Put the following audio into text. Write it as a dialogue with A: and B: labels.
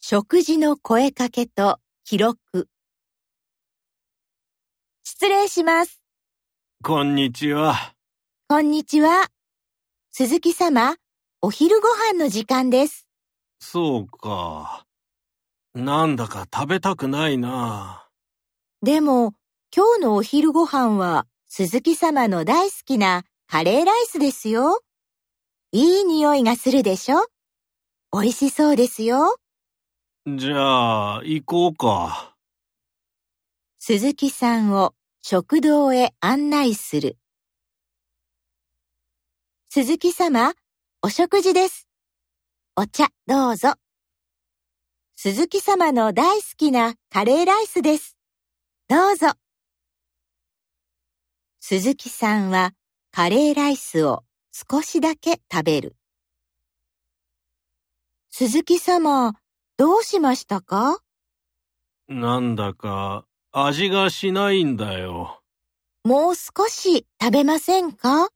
A: 食事の声かけと記録。失礼します。
B: こんにちは。
A: こんにちは。鈴木様、お昼ご飯の時間です。
B: そうか。なんだか食べたくないな。
A: でも、今日のお昼ご飯は鈴木様の大好きなカレーライスですよ。いい匂いがするでしょ美味しそうですよ。
B: じゃあ、行こうか。
A: 鈴木さんを食堂へ案内する。鈴木様、お食事です。お茶どうぞ。鈴木様の大好きなカレーライスです。どうぞ。鈴木さんはカレーライスを少しだけ食べる。鈴木様、どうしましたか
B: なんだか、味がしないんだよ。
A: もう少し食べませんか